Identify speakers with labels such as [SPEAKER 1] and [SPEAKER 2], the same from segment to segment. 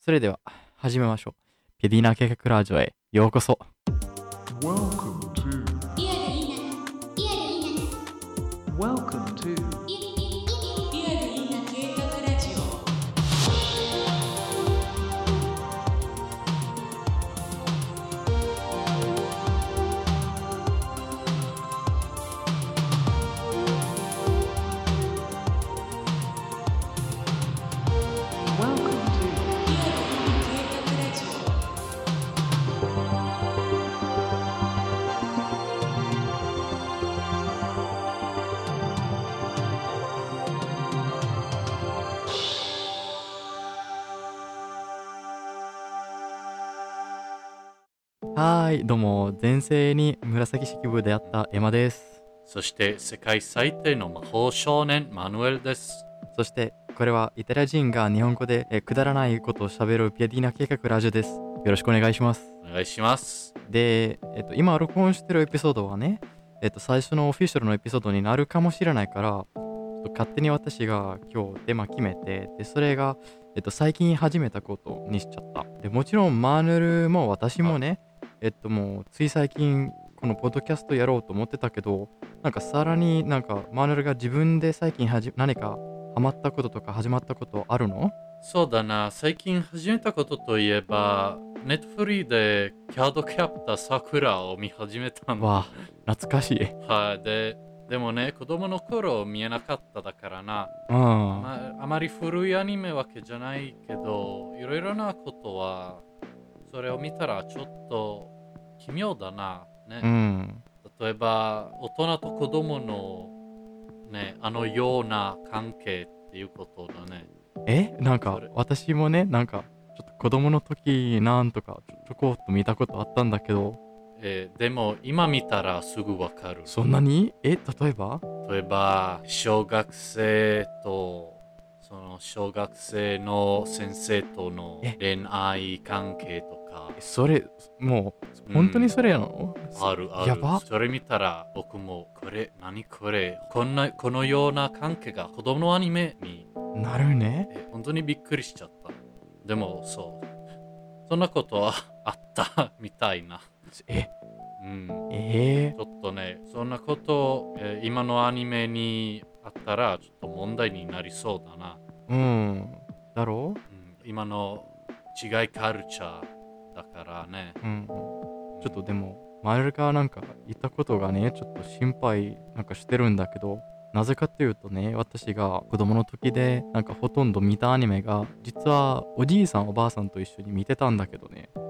[SPEAKER 1] それでは始めましょう。ペディナ計画ラジオへようこそ。
[SPEAKER 2] Welcome to.
[SPEAKER 3] リアルいいなリアルいいな
[SPEAKER 2] Welcome
[SPEAKER 3] リ
[SPEAKER 2] to.
[SPEAKER 3] アルいいな計画ラジオ
[SPEAKER 1] はーい、どうも、前世に紫式部であったエマです。
[SPEAKER 4] そして世界最低の魔法少年マヌエルです。
[SPEAKER 1] そして、これはイタリア人が日本語でえーくだらないことを喋るペディナ計画ラジオです。よろしくお願いします。
[SPEAKER 4] お願いします。
[SPEAKER 1] で、えっと、今録音してるエピソードはね、えっと、最初のオフィシャルのエピソードになるかもしれないから、ちょっと勝手に私が今日デマ決めて、で、それが、えっと、最近始めたことにしちゃった。で、もちろん、マーヌルも私もね、えっと、もう、つい最近、このポッドキャストやろうと思ってたけど、なんかさらになんか、マーヌルが自分で最近はじ何かハマったこととか始まったことあるの
[SPEAKER 4] そうだな、最近始めたことといえば、ネットフリーでキャードキャプターさくらを見始めたんだ。
[SPEAKER 1] わあ、懐かしい。
[SPEAKER 4] はい、で、でもね、子供の頃見えなかっただからな、
[SPEAKER 1] うん。
[SPEAKER 4] まあ、あまり古いアニメわけじゃないけど、いろいろなことは、それを見たらちょっと奇妙だな。ね、
[SPEAKER 1] うん。
[SPEAKER 4] 例えば大人と子供のねあのような関係っていうことだね
[SPEAKER 1] えなんか
[SPEAKER 4] それ
[SPEAKER 1] 私もねなんかちょっと子供の時なんとかちょちょこっと見たことあったんだけど
[SPEAKER 4] えーでも今見たらすぐわかる
[SPEAKER 1] そんなにえ例えば
[SPEAKER 4] 例えば小学生とその小学生の先生との
[SPEAKER 1] え
[SPEAKER 4] 恋愛関係とか
[SPEAKER 1] えそれも
[SPEAKER 4] う
[SPEAKER 1] うん本当にそれなの、
[SPEAKER 4] あるある
[SPEAKER 1] やば
[SPEAKER 4] それ見たら僕もこれ何これこんなこのような関係が子供のアニメに
[SPEAKER 1] なるね
[SPEAKER 4] え本当にびっくりしちゃった。でも、そう。そんなことはあった みたいな。
[SPEAKER 1] え
[SPEAKER 4] うん。
[SPEAKER 1] え
[SPEAKER 4] ちょっとね、そんなこと、えー今のアニメにあったら、ちょっと問題になりそうだな。
[SPEAKER 1] ー、うんだろ
[SPEAKER 4] うん、今の違いカルチャーだからね。
[SPEAKER 1] ううんちょっとでもマルがなんか言ったことがねちょっと心配なんかしてるんだけどなぜかというとね私が子供の時でなんかほとんど見たアニメが実はおじいさんおばあさんと一緒に見てたんだけどね
[SPEAKER 4] う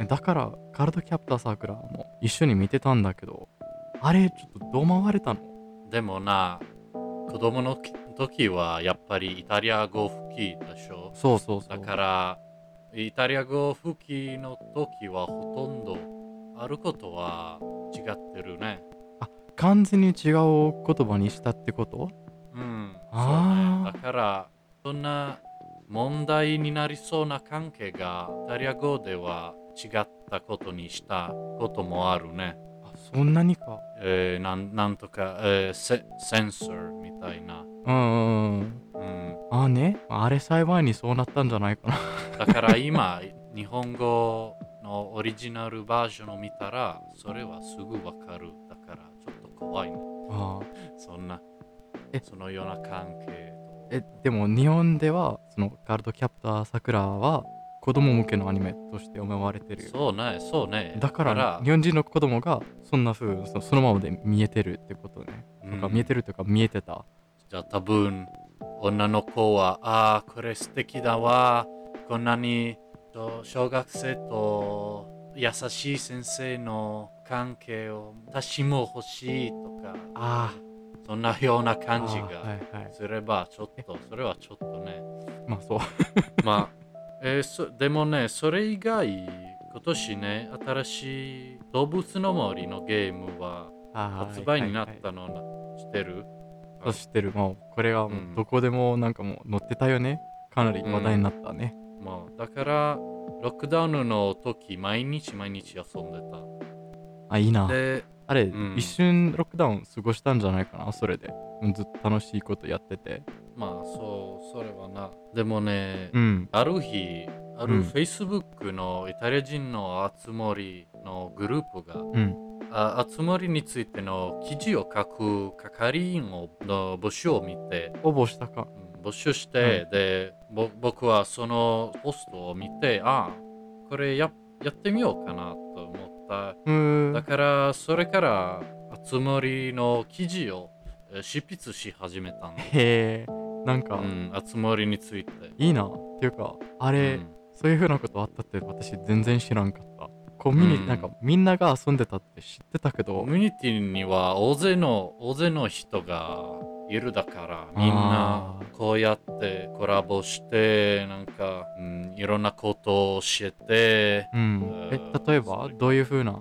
[SPEAKER 4] ん。
[SPEAKER 1] だからカルドキャプターさくらも一緒に見てたんだけどあれちょっとどう回れたの
[SPEAKER 4] でもな、子供の時はやっぱりイタリア語吹きでしょ。
[SPEAKER 1] そうそうそう
[SPEAKER 4] だから、イタリア語吹きの時はほとんどあることは違ってるね。
[SPEAKER 1] 完全に違う言葉にしたってこと
[SPEAKER 4] うん。
[SPEAKER 1] あー
[SPEAKER 4] そうねだから、そんな問題になりそうな関係がイタリア語では違ったことにしたこともあるね。
[SPEAKER 1] あそんなにか
[SPEAKER 4] えーなんなんとか、えーセセンサーみたいな。
[SPEAKER 1] うんうんうん
[SPEAKER 4] うん、
[SPEAKER 1] ああねあれ幸いにそうなったんじゃない かな
[SPEAKER 4] だから今、日本語のオリジナルバージョンを見たら、それはすぐわかる。だから、ちょっと怖いね。
[SPEAKER 1] ああ
[SPEAKER 4] そんな
[SPEAKER 1] え、
[SPEAKER 4] そのような関係と。
[SPEAKER 1] えでも日本ではそのカルドキャプターさくらは子供向けのアニメとして思われてるよ
[SPEAKER 4] そうね、そうね。
[SPEAKER 1] だから日本人の子供がそんな風そのそのままで見えてるってことね、
[SPEAKER 4] う
[SPEAKER 1] なん
[SPEAKER 4] ん
[SPEAKER 1] か見えてるというか見えてた
[SPEAKER 4] じゃあ多分、女の子は、ああ、これ素敵だわ。こんなにと小学生と優しい先生の関係を私も欲しいとか、
[SPEAKER 1] あ
[SPEAKER 4] そんなような感じ
[SPEAKER 1] ああは
[SPEAKER 4] が
[SPEAKER 1] いはい
[SPEAKER 4] すれば、ちょっと、それはちょっとね。
[SPEAKER 1] まあそう
[SPEAKER 4] まあ、えーそでもね、それ以外、今年ね、新しい動物の森のゲームは発売になったのな、知ってる
[SPEAKER 1] あ知ってるもうこれはもううんどこでもなんかもう載ってたよねかなり話題になったね、
[SPEAKER 4] まあ、だから、ロックダウンの時、毎日毎日遊んで
[SPEAKER 1] あいい
[SPEAKER 4] た。
[SPEAKER 1] な
[SPEAKER 4] で、
[SPEAKER 1] あれ、
[SPEAKER 4] ん
[SPEAKER 1] 一瞬ロックダウン過ごしたんじゃないかなそれでうんずっと楽しいことやってて
[SPEAKER 4] まあ、そう、それはな。でもね、
[SPEAKER 1] うん
[SPEAKER 4] ある日、あ
[SPEAKER 1] う
[SPEAKER 4] る
[SPEAKER 1] ん
[SPEAKER 4] Facebook のイタリア人の集まりのグループが、
[SPEAKER 1] うん
[SPEAKER 4] あ集まりについての記事を書く係員をの募集を見て、
[SPEAKER 1] 応募したか
[SPEAKER 4] うん募集して、でぼ僕はそのポストを見てあこれややってみようかなと思った
[SPEAKER 1] うーん
[SPEAKER 4] だからそれから集まりの記事をえー執筆し始めたの、
[SPEAKER 1] へえなんか、
[SPEAKER 4] うん、集まりについて、
[SPEAKER 1] いいなっていうかあれ、
[SPEAKER 4] うん
[SPEAKER 1] そういう風なことあったって私全然知らんかったコミュニティ、
[SPEAKER 4] うん
[SPEAKER 1] なんかみんなが遊んでたって知ってたけ
[SPEAKER 4] コ
[SPEAKER 1] ど
[SPEAKER 4] ミュニティには大勢の大勢の人がいるだからみんな
[SPEAKER 1] あー
[SPEAKER 4] こうやってコラボしてなんか、うん、いろんなことを教えて
[SPEAKER 1] うんえ
[SPEAKER 4] うん
[SPEAKER 1] 例え
[SPEAKER 4] そ
[SPEAKER 1] ば
[SPEAKER 4] れ
[SPEAKER 1] どういう風な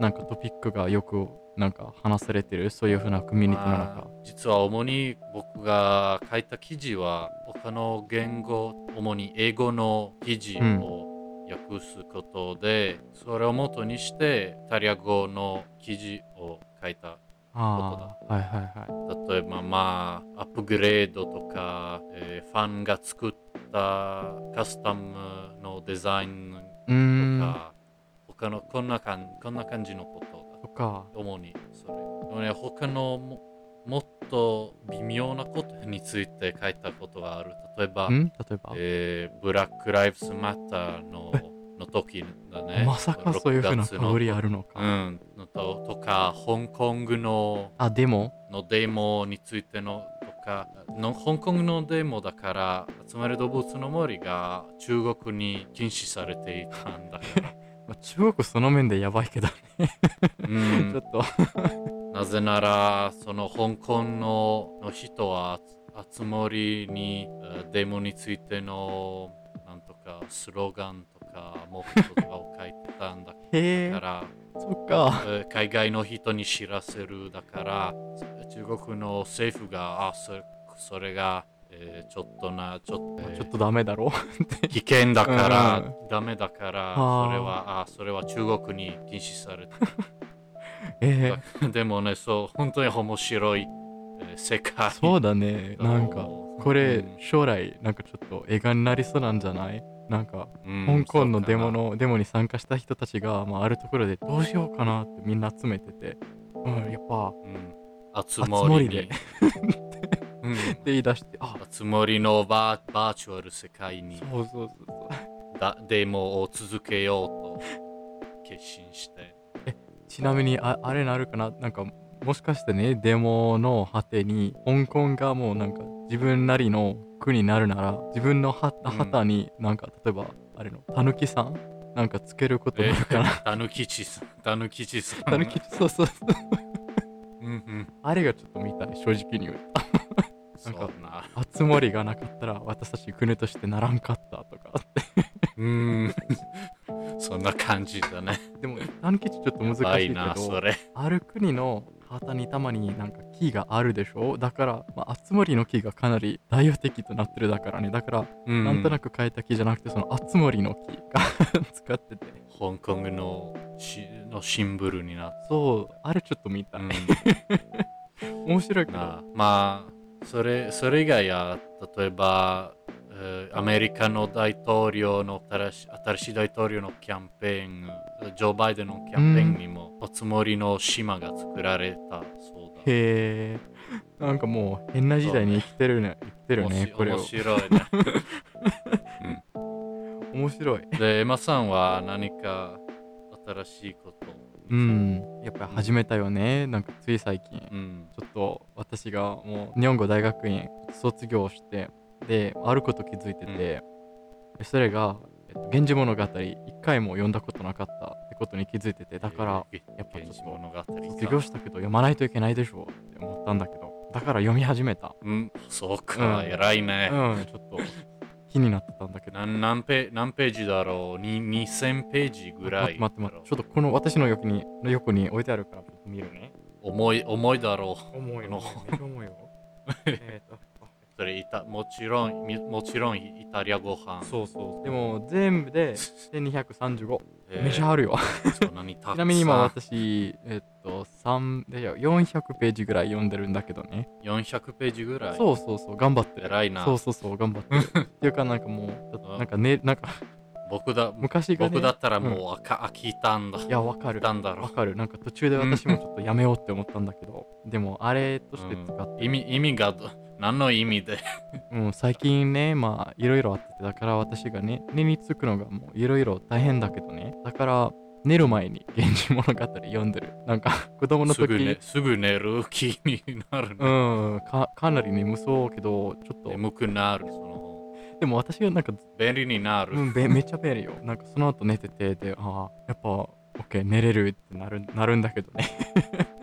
[SPEAKER 1] なんかトピックがよくなんか話されてるそういう風なコミュニティの
[SPEAKER 4] まあ
[SPEAKER 1] 中
[SPEAKER 4] 実は主に僕が書いた記事は他の言語主に英語の記事を訳すことで、それを元にしてイタリア語の記事を書いた
[SPEAKER 1] ああーはいはいはい
[SPEAKER 4] 例えばまあアップグレードとか、えーファンが作ったカスタムのデザイン
[SPEAKER 1] うー
[SPEAKER 4] と
[SPEAKER 1] ん
[SPEAKER 4] か、他のこんな感こんな感じのこ
[SPEAKER 1] と
[SPEAKER 4] と
[SPEAKER 1] か
[SPEAKER 4] だ主にそれでもね他のももっと微妙なことについて書いたことがある例えば、
[SPEAKER 1] ん例えば
[SPEAKER 4] えーブラック・ライブズ・マターのの時だね
[SPEAKER 1] まさかそういう風な
[SPEAKER 4] 6月の
[SPEAKER 1] 香りあるのか、
[SPEAKER 4] うんのととか香港の
[SPEAKER 1] あでも
[SPEAKER 4] のデモについてのとかの香港のデモだから集まる動物の森が中国に禁止されていたんだか
[SPEAKER 1] まあ中国その面でやばいけど、
[SPEAKER 4] ら、う
[SPEAKER 1] ちょ
[SPEAKER 4] ん
[SPEAKER 1] っと
[SPEAKER 4] なぜならその香港のの人は集まりにえーデモについてのなんとかスローガンとかモットとかを書いてたんだか
[SPEAKER 1] へえ
[SPEAKER 4] ら
[SPEAKER 1] そっか
[SPEAKER 4] えー海外の人に知らせるだから中国の政府があそれそれが、えーちょっとなちょっと,えー、
[SPEAKER 1] ちょっとダメだ ろ
[SPEAKER 4] 危険だから、
[SPEAKER 1] うん
[SPEAKER 4] ダメだから
[SPEAKER 1] あー
[SPEAKER 4] それはあそれは中国に禁止され
[SPEAKER 1] え
[SPEAKER 4] た でもねそう本当に面白い、えー世
[SPEAKER 1] え
[SPEAKER 4] 界
[SPEAKER 1] そうだねなんかこれ将来なんかちょっと映画になりそうなんじゃないなんか香港のデモ、のデモに参加した人たちが、まあ、あるところでどうしようかなってみんな集めてて、うん、やっぱっ
[SPEAKER 4] うんそうかなうん、集まりに
[SPEAKER 1] 集
[SPEAKER 4] うん
[SPEAKER 1] て言い出してあ
[SPEAKER 4] 集まりのバーバーチャル世界に
[SPEAKER 1] そうそうそうそう
[SPEAKER 4] だデモを続けようと決心して。
[SPEAKER 1] ちなみにああれなるかななんかもしかしてねデモの果てに香港がもうなんか自分なりの国になるなら自分の旗
[SPEAKER 4] うん
[SPEAKER 1] 旗になんか、例えばあれのたぬきさんなんかつけることもあるかな、
[SPEAKER 4] たぬきちさん。たぬきちさん。
[SPEAKER 1] たぬきそうそうそう
[SPEAKER 4] うんうん。
[SPEAKER 1] あれがちょっと見たい正直に言うと
[SPEAKER 4] そう
[SPEAKER 1] なんか
[SPEAKER 4] な。
[SPEAKER 1] 集まりがなかったら私たち国としてならんかったとか
[SPEAKER 4] うん。そんな感じだね。
[SPEAKER 1] でも、短期地ちょっと難し
[SPEAKER 4] やば
[SPEAKER 1] い
[SPEAKER 4] い
[SPEAKER 1] け
[SPEAKER 4] な、そ
[SPEAKER 1] ど、
[SPEAKER 4] れ。
[SPEAKER 1] ある国の旗にたまになんか木があるでしょだから、まあ、つ森の木がかなり代表的となってるだからね。だから、
[SPEAKER 4] うん
[SPEAKER 1] なんとな
[SPEAKER 4] く。
[SPEAKER 1] く変えた木じゃなくて、そのつ森の木が 使ってて。
[SPEAKER 4] 香港のしのシンボルになっ
[SPEAKER 1] そう、あれちょっと見た
[SPEAKER 4] た。
[SPEAKER 1] い。
[SPEAKER 4] うん
[SPEAKER 1] 面白いけ
[SPEAKER 4] な
[SPEAKER 1] ど。
[SPEAKER 4] まあ、それ、それ以外は、例えば、えーアメリカの大統領の新し新しい大統領のキャンペーン、ジョー・バイデンのキャンペーンにも、おつもりの島が作られたそうだ。
[SPEAKER 1] へえ。なんかもう変な時代に生きてるね。生きてる
[SPEAKER 4] 面
[SPEAKER 1] ね、
[SPEAKER 4] 白
[SPEAKER 1] これを
[SPEAKER 4] 面。白いね。
[SPEAKER 1] 面白い。
[SPEAKER 4] で、エマさんは何か新しいこと。
[SPEAKER 1] うん。やっぱり始めたよね。なんかつい最近。
[SPEAKER 4] うん。
[SPEAKER 1] ちょっと私がもう日本語大学院卒業してであること気づいてて、でそれが「えっと源氏物語」一回も読んだことなかったってことに気づいててだから、
[SPEAKER 4] えー
[SPEAKER 1] やっぱちょっと
[SPEAKER 4] 源氏物語か
[SPEAKER 1] 卒業したけど読まないといけないでしょって思ったんだけどだから読み始めた
[SPEAKER 4] うん、そうか、
[SPEAKER 1] うん
[SPEAKER 4] 偉いうね。
[SPEAKER 1] んちょっと気になってたんだけど
[SPEAKER 4] なん何ペ何ページだろうに ?2000 ページぐら
[SPEAKER 1] 待っ
[SPEAKER 4] い
[SPEAKER 1] て
[SPEAKER 4] だ
[SPEAKER 1] 待っ
[SPEAKER 4] ろう。
[SPEAKER 1] て待ってちょっとこの私の横にの横に置いてあるからちょっと見るね
[SPEAKER 4] 重い、重いだろう。
[SPEAKER 1] 重
[SPEAKER 4] いよ
[SPEAKER 1] めっちゃ重いよ えっと
[SPEAKER 4] それいたもちろん、みもちろんイタリアご飯。
[SPEAKER 1] そうそうでも全部で1235
[SPEAKER 4] えー
[SPEAKER 1] めちゃあるよ
[SPEAKER 4] そんなにたくさん
[SPEAKER 1] ちなみに今私、えっと、3いや400ページぐらい読んでるんだけどね。
[SPEAKER 4] 400ページぐらい。
[SPEAKER 1] そうそうそう、頑張ってる。
[SPEAKER 4] 偉いな
[SPEAKER 1] そうそうそう、頑張ってる。っていうか、なんかもう、だなんか、ね、なんか、
[SPEAKER 4] 僕だ、
[SPEAKER 1] 昔がね
[SPEAKER 4] 僕だったらもうあか飽きたんだ。
[SPEAKER 1] いやわかる
[SPEAKER 4] なんだろ
[SPEAKER 1] わ
[SPEAKER 4] う。
[SPEAKER 1] かるなんか途中で私もちょっとやめようって思ったんだけどでもあれとして使って、
[SPEAKER 4] 意味、意味がど、何の意味で。
[SPEAKER 1] うん、最近ねまあいろいろあっててだから私がね根につくのがもういろいろ大変だけどねだから寝る前に「源氏物語」読んでるなんか子供の
[SPEAKER 4] す
[SPEAKER 1] 時
[SPEAKER 4] ぐね、すぐ寝る気になるね、
[SPEAKER 1] うんかかなり眠そうけどちょっと
[SPEAKER 4] 眠くなる、その方。
[SPEAKER 1] でも私がなんか、
[SPEAKER 4] 便利になる。
[SPEAKER 1] うん、べめっちゃ便利よなんかその後寝ててでああやっぱオッケー寝れるってなるなるんだけどね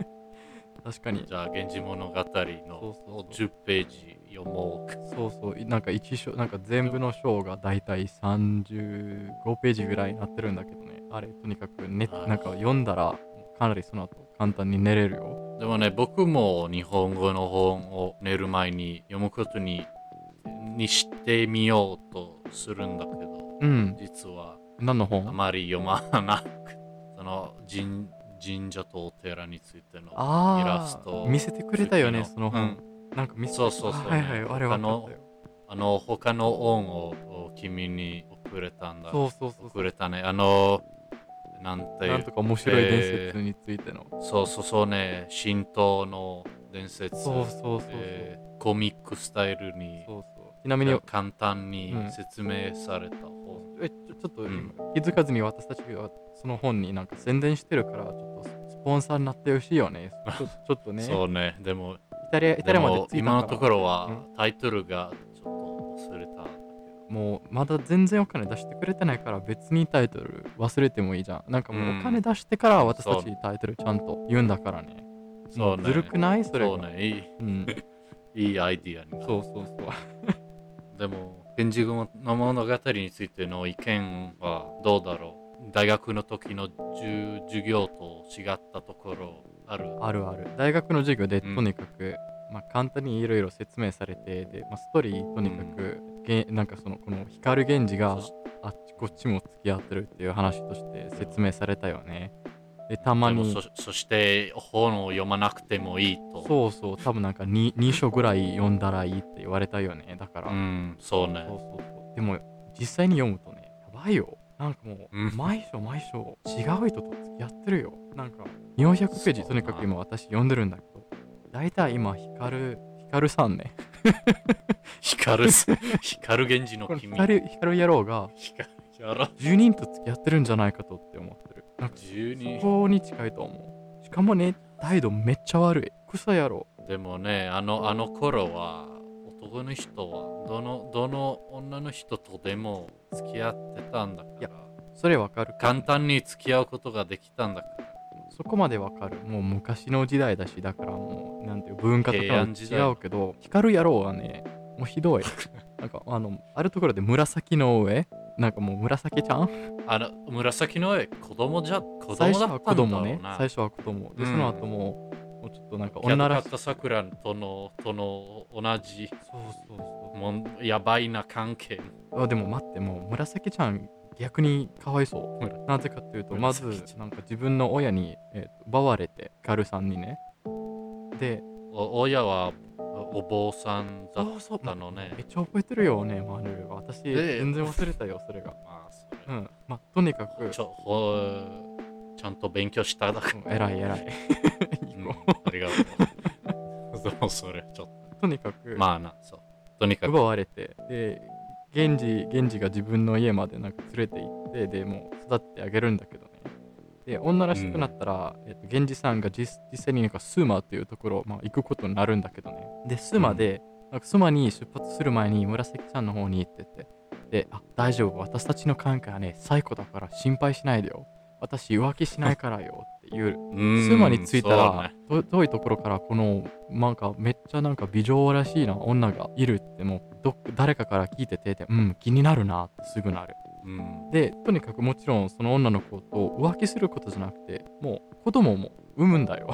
[SPEAKER 1] 確かに
[SPEAKER 4] じゃあ、源氏物語
[SPEAKER 1] そ
[SPEAKER 4] の
[SPEAKER 1] うそうそう
[SPEAKER 4] 10ページ読もう。
[SPEAKER 1] そうそういなんか一章なんか全部の章がだいたい35ページぐらいになってるんだけどねあれとにかく、ね、
[SPEAKER 4] はい
[SPEAKER 1] なんか読んだらかなりその後簡単に寝れるよ
[SPEAKER 4] でもね、僕も日本語の本を寝る前に読むことににしてみようとするんだけど、
[SPEAKER 1] うん
[SPEAKER 4] 実は
[SPEAKER 1] 何の
[SPEAKER 4] あ
[SPEAKER 1] 本
[SPEAKER 4] まり読まなくその神神社とお寺についてのイラ
[SPEAKER 1] あ
[SPEAKER 4] スト
[SPEAKER 1] あ見せてくれたよね
[SPEAKER 4] 次
[SPEAKER 1] その本、なんか見せて
[SPEAKER 4] そうそうそう
[SPEAKER 1] あはいはいあれ
[SPEAKER 4] 他
[SPEAKER 1] 分か
[SPEAKER 4] の
[SPEAKER 1] ったよ
[SPEAKER 4] あの他の音を君に送れたんだ
[SPEAKER 1] そうそうそうそ
[SPEAKER 4] 送れたねあのなんて
[SPEAKER 1] う
[SPEAKER 4] い
[SPEAKER 1] なん
[SPEAKER 4] う
[SPEAKER 1] とか面白い伝説についての、
[SPEAKER 4] そうそうそうね神道の伝説
[SPEAKER 1] そうそうそうそう、
[SPEAKER 4] えーコミックスタイルに
[SPEAKER 1] そうそうちなみに
[SPEAKER 4] 簡単に
[SPEAKER 1] うん
[SPEAKER 4] 説明された本、
[SPEAKER 1] えちょちょっと
[SPEAKER 4] うん
[SPEAKER 1] 今気づかずに私たちはその本になんか宣伝してるからちょっとスポンサーになってほしいよ ねちょちょっとね
[SPEAKER 4] そうねでも
[SPEAKER 1] イタリアイタ
[SPEAKER 4] で
[SPEAKER 1] リアまで
[SPEAKER 4] も
[SPEAKER 1] 着いたから
[SPEAKER 4] 今のところは
[SPEAKER 1] う
[SPEAKER 4] タイトルがちょっと忘れたんだ
[SPEAKER 1] もうまだ全然お金出してくれてないから別にタイトル忘れてもいいじゃんなんかもうお金出してから私たちタイトルちゃんと言うんだからね
[SPEAKER 4] けどそ
[SPEAKER 1] も
[SPEAKER 4] うね
[SPEAKER 1] ずるくないそれが
[SPEAKER 4] そうねいい
[SPEAKER 1] うん、
[SPEAKER 4] いいアイディアになる
[SPEAKER 1] そうそうそう
[SPEAKER 4] でも源氏語の物語についての意見はどうだろう大学の時の授授業と違ったところある
[SPEAKER 1] あるある大学の授業でと
[SPEAKER 4] うん
[SPEAKER 1] にかく、まあ、簡単にいろいろ説明されてで、まあ、ストーリーとにかく、げなんかそのこの光源氏が
[SPEAKER 4] そし
[SPEAKER 1] あっちこっちも付き合ってるっていう話として説明されたよねでたま
[SPEAKER 4] でも
[SPEAKER 1] に
[SPEAKER 4] そそして本を読まなくてもいいと
[SPEAKER 1] そうそう多分なんか 2, 2章ぐらい読んだらいいって言われたよねだから、
[SPEAKER 4] うんそう
[SPEAKER 1] そう
[SPEAKER 4] ね
[SPEAKER 1] そうそうでも実際に読むとねやばいよなんかもう、
[SPEAKER 4] うん
[SPEAKER 1] 毎章毎章違う人と付き合ってるよなんか400ページ
[SPEAKER 4] そう
[SPEAKER 1] とにかく今私読んでるんだけど大体今光光さんね
[SPEAKER 4] 光す 光源氏の
[SPEAKER 1] この
[SPEAKER 4] 君
[SPEAKER 1] 光光野郎が
[SPEAKER 4] 光やろ
[SPEAKER 1] 10人と付き合ってるんじゃないかとって思ってるなんか
[SPEAKER 4] 12
[SPEAKER 1] そこに近いと思うしかもね態度めっちゃ悪いクソ野郎
[SPEAKER 4] でもね、あの、あの頃は、男の人は、どの、どの女の人とでも付き合ってたんだか
[SPEAKER 1] いや
[SPEAKER 4] ら、
[SPEAKER 1] それわかる
[SPEAKER 4] 簡単に付き合うことができたんだか
[SPEAKER 1] そこまでわかるもう昔の時代だしだからもうなんていう文化とか
[SPEAKER 4] 平
[SPEAKER 1] は
[SPEAKER 4] 安時代
[SPEAKER 1] 違うけど光る野郎はねもうひどい なんかあのあるところで紫の上なんかもう紫ちゃん
[SPEAKER 4] ら。あの、紫の絵、子供じゃ、子供だ
[SPEAKER 1] 最
[SPEAKER 4] っ
[SPEAKER 1] 初
[SPEAKER 4] たんだろ
[SPEAKER 1] は
[SPEAKER 4] うな。
[SPEAKER 1] 子供ね最初は子供で、
[SPEAKER 4] うん
[SPEAKER 1] その後ももうちょっとなんか
[SPEAKER 4] キャ
[SPEAKER 1] 女
[SPEAKER 4] ッ
[SPEAKER 1] らし
[SPEAKER 4] トカッ
[SPEAKER 1] い
[SPEAKER 4] トサクラとの、との同じ、
[SPEAKER 1] そうそうそう
[SPEAKER 4] もん、やばいな関係。
[SPEAKER 1] あでも待ってもう紫ちゃん逆にかわいそう
[SPEAKER 4] 紫
[SPEAKER 1] なぜかっていうとまず
[SPEAKER 4] 紫ち
[SPEAKER 1] なんか自分の親に、えーと奪われてヒカルさんにねで
[SPEAKER 4] お親は、お坊さんだっ
[SPEAKER 1] そう
[SPEAKER 4] たのね
[SPEAKER 1] めっ。ちゃ覚えてるよねマヌル私
[SPEAKER 4] で
[SPEAKER 1] 全然忘れたよそれが
[SPEAKER 4] まあ、それ。
[SPEAKER 1] うんまあとにかく
[SPEAKER 4] ちょ、ほちゃんと勉強しただから。
[SPEAKER 1] うん偉い偉い
[SPEAKER 4] う
[SPEAKER 1] いい
[SPEAKER 4] ん
[SPEAKER 1] 子
[SPEAKER 4] ありがと う。でもそれちょっ
[SPEAKER 1] とにかく、
[SPEAKER 4] と。まあな、そう。とにかく、
[SPEAKER 1] 奪われてで源氏源氏が自分の家までなんか連れて行ってでもう育ててあげるんだけどねで女らしくなったら、えっと、源氏さんが実実際になんかスーマーっていうところ、まあ、行くことになるんだけどねでスーマーで、なんかスーマーに出発する前に紫ちゃんの方に行っててであ大丈夫私たちの関係はね最古だから心配しないでよ私浮気しないからよっていう
[SPEAKER 4] ス
[SPEAKER 1] スーマに着いた
[SPEAKER 4] そう
[SPEAKER 1] らと
[SPEAKER 4] ね、
[SPEAKER 1] 遠いところからこのなんかめっちゃなんか美女らしいな女がいるってもうど誰かから聞いててでうん気になるなってすぐなる
[SPEAKER 4] うん。
[SPEAKER 1] でとにか くもちろんその女の子と浮気することじゃなくてもう子供も産むんだよ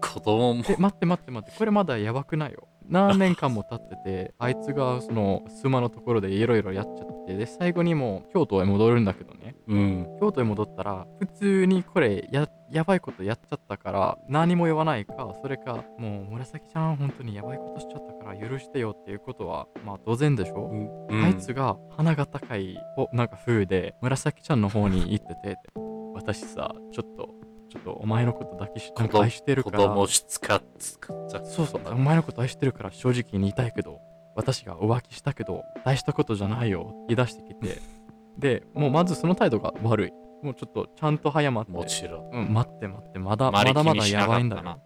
[SPEAKER 4] 子供も
[SPEAKER 1] え待って待って待ってこれまだやばくないよ何年間も経っててあいつがそのスマのところでいろいろやっちゃってで最後にもう京都へ戻るんだけどね
[SPEAKER 4] うん
[SPEAKER 1] 京都へ戻ったら普通にこれややばいことやっちゃったから何も言わないかそれかもう紫ちゃん本当にやばいことしちゃったから許してよっていうことはまあ当然でしょ、
[SPEAKER 4] うん
[SPEAKER 1] あいつが鼻が高いおなんか風で紫ちゃんの方に行ってて私さちょっとちょっとお前のこと抱きしなんか愛してるから
[SPEAKER 4] 子供しつかつかっちゃった
[SPEAKER 1] そうそう、お前のこと愛してるから正直に言いたいけど、私が浮気したけど、大したことじゃないよって言い出してきて、で、もうまずその態度が悪い。もうちょっとちゃんと早まって、
[SPEAKER 4] もちろん
[SPEAKER 1] うん、待って待って、まだま
[SPEAKER 4] 周り
[SPEAKER 1] だ
[SPEAKER 4] 気
[SPEAKER 1] ま
[SPEAKER 4] に
[SPEAKER 1] だ
[SPEAKER 4] しな
[SPEAKER 1] や
[SPEAKER 4] か
[SPEAKER 1] ばい
[SPEAKER 4] っ
[SPEAKER 1] んだ
[SPEAKER 4] た
[SPEAKER 1] よ
[SPEAKER 4] な。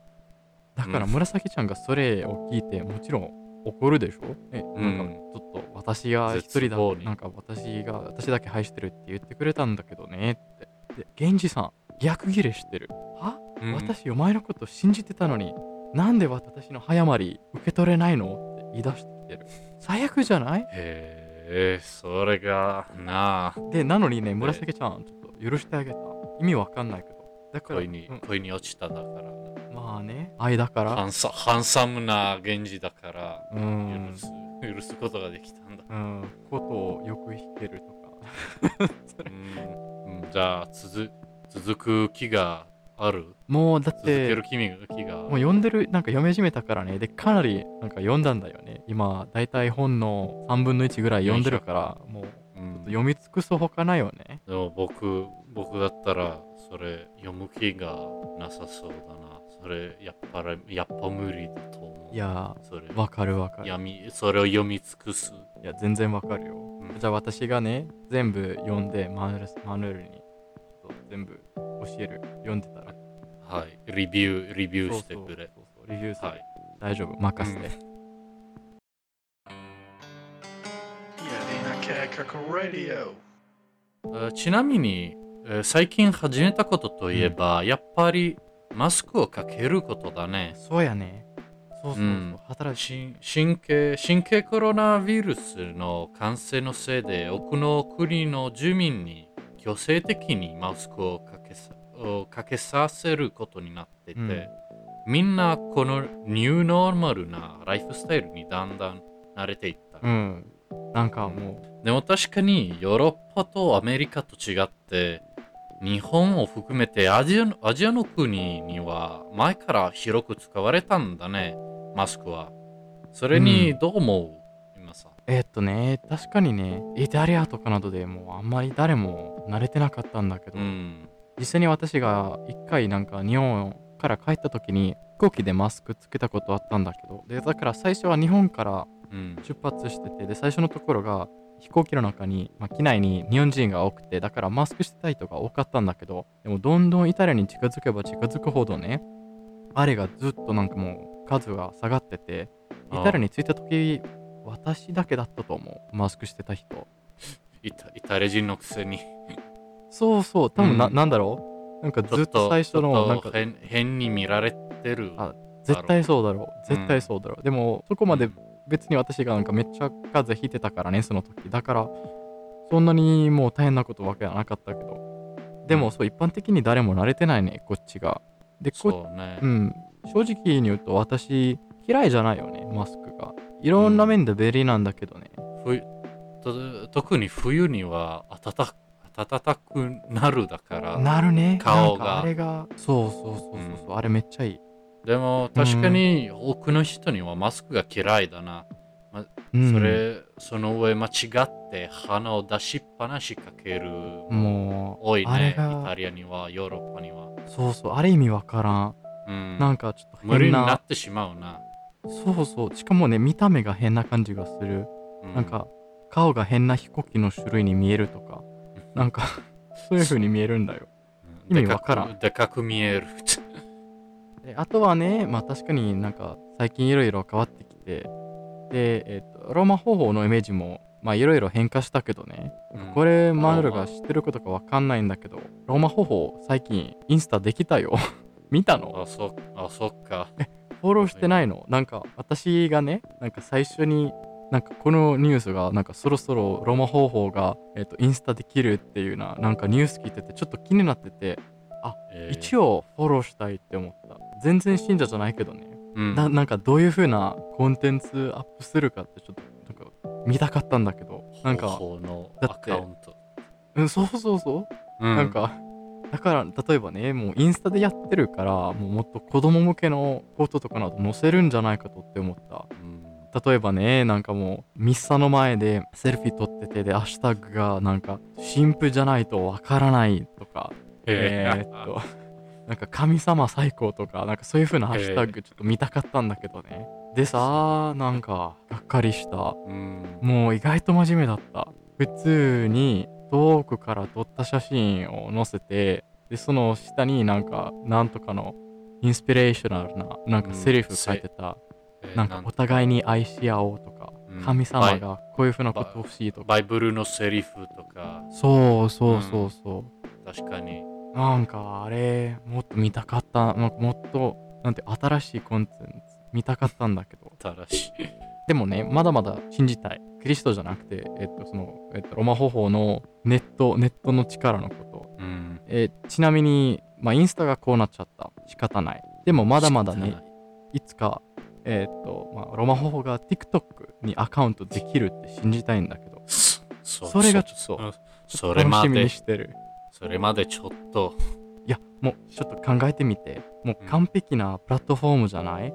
[SPEAKER 1] だから
[SPEAKER 4] うん
[SPEAKER 1] 紫ちゃんがそれを聞いて、もちろん怒るでしょえ、なんか
[SPEAKER 4] うん
[SPEAKER 1] ちょっと私が一人
[SPEAKER 4] 絶
[SPEAKER 1] だ
[SPEAKER 4] 望、に
[SPEAKER 1] なんか私が、私だけ愛してるって言ってくれたんだけどねって。で、源氏さん、逆ギレしてる。は
[SPEAKER 4] うん
[SPEAKER 1] 私お前のこと信じてたのになんで私の早まり受け取れないのって言い出してきてる最悪じゃない
[SPEAKER 4] へえそれがなあ
[SPEAKER 1] でなのにね紫ちゃんちょっと許してあげた意味わかんないけどだから、
[SPEAKER 4] 恋に
[SPEAKER 1] うん
[SPEAKER 4] 恋に落ちただからな
[SPEAKER 1] まあね愛だから
[SPEAKER 4] ハンサハンサムな源氏だから
[SPEAKER 1] う
[SPEAKER 4] 許
[SPEAKER 1] ん
[SPEAKER 4] す、許すことができたんだ、
[SPEAKER 1] うんことをよく弾けるとか
[SPEAKER 4] うんうんじゃあ続続く気がある
[SPEAKER 1] もうだっ
[SPEAKER 4] 続け
[SPEAKER 1] て
[SPEAKER 4] る気味気が
[SPEAKER 1] もう読んでるなんか読み始めたからねでかなりなんか読んだんだよね今だいたい本の3分の1ぐらい読んでるからもう
[SPEAKER 4] うん
[SPEAKER 1] 読み尽くすほかないよね
[SPEAKER 4] でも僕僕だったらそれ読む気がなさそうだなそれやっぱりやっぱ無理だと思う
[SPEAKER 1] いや
[SPEAKER 4] それ
[SPEAKER 1] ーわかるわかる
[SPEAKER 4] 闇それを読み尽くす
[SPEAKER 1] いや、全然わかるよ。
[SPEAKER 4] うん
[SPEAKER 1] じゃあ私がね、全部読んで、マヌルマヌエルにちょっと全部教える。読んでたら。
[SPEAKER 4] はいレビューレビューしてくれ
[SPEAKER 1] そうそうそうそうリビューする。
[SPEAKER 4] はい
[SPEAKER 1] 大丈夫、任せて。
[SPEAKER 2] Yaninakekaka Radio.
[SPEAKER 4] あちなみに、えー最近始めたことといえば、やっぱりマスクをかけることだね。
[SPEAKER 1] そうやね。そうそうそう。
[SPEAKER 4] うん
[SPEAKER 1] 働き、
[SPEAKER 4] し神経新型コロナウイルスの感染のせいで多くの国の住民に強制的にマスクをかけさをかけさせることになってて、
[SPEAKER 1] うん
[SPEAKER 4] みんなこのニューノーマルなライフスタイルにだんだん慣れていった。
[SPEAKER 1] うん。なんかも
[SPEAKER 4] でも確かにヨーロッパとアメリカと違って日本を含めてアジアのアジアの国には前から広く使われたんだねマスクはそれにどう思う、今さ
[SPEAKER 1] う、えーっとね、確かにね、イタリアとかなどでもうあんまり誰も慣れてなかったんだけど、
[SPEAKER 4] うん
[SPEAKER 1] 実際に私が一回なんか日本から帰った時に、飛行機でマスクつけたことあったんだけど、で、だから最初は日本から
[SPEAKER 4] うん
[SPEAKER 1] 出発しててで最初のところが飛行機の中に、まあ、機内に日本人が多くてだからマスクしてた人が多かったんだけどでもどんどんイタリアに近づけば近づくほどねあれがずっとなんかもう数が下がっててイタリアに着いた時私だけだったと思うマスクしてた人
[SPEAKER 4] イタイタリア人のくせに
[SPEAKER 1] そうそう多分な,、、
[SPEAKER 4] うんん
[SPEAKER 1] なんだろうなんか
[SPEAKER 4] ちょ
[SPEAKER 1] ず
[SPEAKER 4] っ
[SPEAKER 1] っ
[SPEAKER 4] と
[SPEAKER 1] と最初
[SPEAKER 4] ちょ
[SPEAKER 1] の
[SPEAKER 4] っと
[SPEAKER 1] なんか
[SPEAKER 4] 変変に見られてる
[SPEAKER 1] あ絶対そうだろう絶対そうだろう、でもそこまで別に私がなんかめっちゃ風邪ひいてたからねその時だからそんなにもう大変なことわけはなかったけどで
[SPEAKER 4] う
[SPEAKER 1] も
[SPEAKER 4] ん
[SPEAKER 1] そう一般的に誰も慣れてないねこっちがでこ
[SPEAKER 4] そうね、
[SPEAKER 1] うん正直に言うと私嫌いじゃないよねマスクがいろんな面で便利なんだけどね、
[SPEAKER 4] 冬と特に冬には暖か暖かくなるだから
[SPEAKER 1] なるねな
[SPEAKER 4] 顔
[SPEAKER 1] んか
[SPEAKER 4] が
[SPEAKER 1] あれがそうそうそうそうそう、あれめっちゃいい、
[SPEAKER 4] でも確かに多くの人にはマスクが嫌いだな。
[SPEAKER 1] うん、
[SPEAKER 4] それ、その上間違って鼻を出しっぱなしかける。
[SPEAKER 1] も
[SPEAKER 4] 多い
[SPEAKER 1] あれ
[SPEAKER 4] ね。イ
[SPEAKER 1] が
[SPEAKER 4] タリアには、ヨーロッパには。
[SPEAKER 1] うそうそうある意味わからん、
[SPEAKER 4] うん。
[SPEAKER 1] なんかちょっと変
[SPEAKER 4] 無理に
[SPEAKER 1] な
[SPEAKER 4] なってしまうな。
[SPEAKER 1] そうそうしかもね見た目が変な感じがする、
[SPEAKER 4] う
[SPEAKER 1] なん、か顔が変な飛行機の種類に見えるとかなんか そういう風に見えるんだよ
[SPEAKER 4] うん
[SPEAKER 1] 意味わからん
[SPEAKER 4] でかくでかく見える。
[SPEAKER 1] であとはねまあ確かになんか最近いろいろ変わってきてで、えっとローマ方法のイメージもまあいろいろ変化したけどね
[SPEAKER 4] うん
[SPEAKER 1] これマヌル
[SPEAKER 4] ロー
[SPEAKER 1] が
[SPEAKER 4] マ
[SPEAKER 1] 知ってることかわかんないんだけどローマ方法最近インスタできたよ 見たの
[SPEAKER 4] あ、そあそっか。
[SPEAKER 1] フォローしてないのなんか私がねなんか最初になんかこのニュースがなんかそろそろロマ方法が、えっとインスタできるっていうななんかニュース聞いててちょっと気になってて
[SPEAKER 4] えー
[SPEAKER 1] 一応フォローしたいって思った全然信者じゃないけどね、
[SPEAKER 4] うん
[SPEAKER 1] ななんかどういう風なコンテンツアップするかってちょっとなんか見たかったんだけどなんか
[SPEAKER 4] 方法の
[SPEAKER 1] だ
[SPEAKER 4] ア
[SPEAKER 1] って
[SPEAKER 4] カウント。
[SPEAKER 1] うん、そうそうそう、
[SPEAKER 4] うん
[SPEAKER 1] なんかだから例えばねもうインスタでやってるからもうもっと子供向けのこととかなど載せるんじゃないかとって思った
[SPEAKER 4] うん
[SPEAKER 1] 例えばねなんかもうミッサの前でセルフィー撮っててでハッシュタグがなんか神父じゃないとわからないとかえーっと なんか神様最高とかなんかそういう風なハッシュタグちょっと見たかったんだけどねでさなんかがっかりした
[SPEAKER 4] うん
[SPEAKER 1] もう意外と真面目だった普通に遠くから撮った写真を載せてでその下になんかなんとかのインスピレーショナルななんかセリフ書いてた、
[SPEAKER 4] えー
[SPEAKER 1] なんかお互いに愛し合おうとか、
[SPEAKER 4] うん
[SPEAKER 1] 神
[SPEAKER 4] バ
[SPEAKER 1] 様
[SPEAKER 4] イ
[SPEAKER 1] がこういうふうなこと欲しいとか、
[SPEAKER 4] バイブルのセリフとか、
[SPEAKER 1] そうそうそうそう、
[SPEAKER 4] 確かに。
[SPEAKER 1] なんかあれもっと見たかったなんかもっとなんて新しいコンテンツ見たかったんだけど
[SPEAKER 4] 正しい。
[SPEAKER 1] でもねまだまだ信じたいキリストじゃなくて、えっとそのえっと、ロマ方法のネットネットの力のこと、
[SPEAKER 4] うん。
[SPEAKER 1] えちなみに、まあ、インスタがこうなっちゃった仕方ないでもまだまだ
[SPEAKER 4] 仕
[SPEAKER 1] ね
[SPEAKER 4] 方ない。
[SPEAKER 1] いつか、えっとまあ、ロマ方法が TikTok にアカウントできるって信じたいんだけど
[SPEAKER 4] そそ
[SPEAKER 1] それがちょっと
[SPEAKER 4] そそれ
[SPEAKER 1] 楽
[SPEAKER 4] ま
[SPEAKER 1] しみ
[SPEAKER 4] で
[SPEAKER 1] に、してる
[SPEAKER 4] それまでちょっと、
[SPEAKER 1] いやもうちょっと考えてみてもう完璧なプラットフォームじゃない、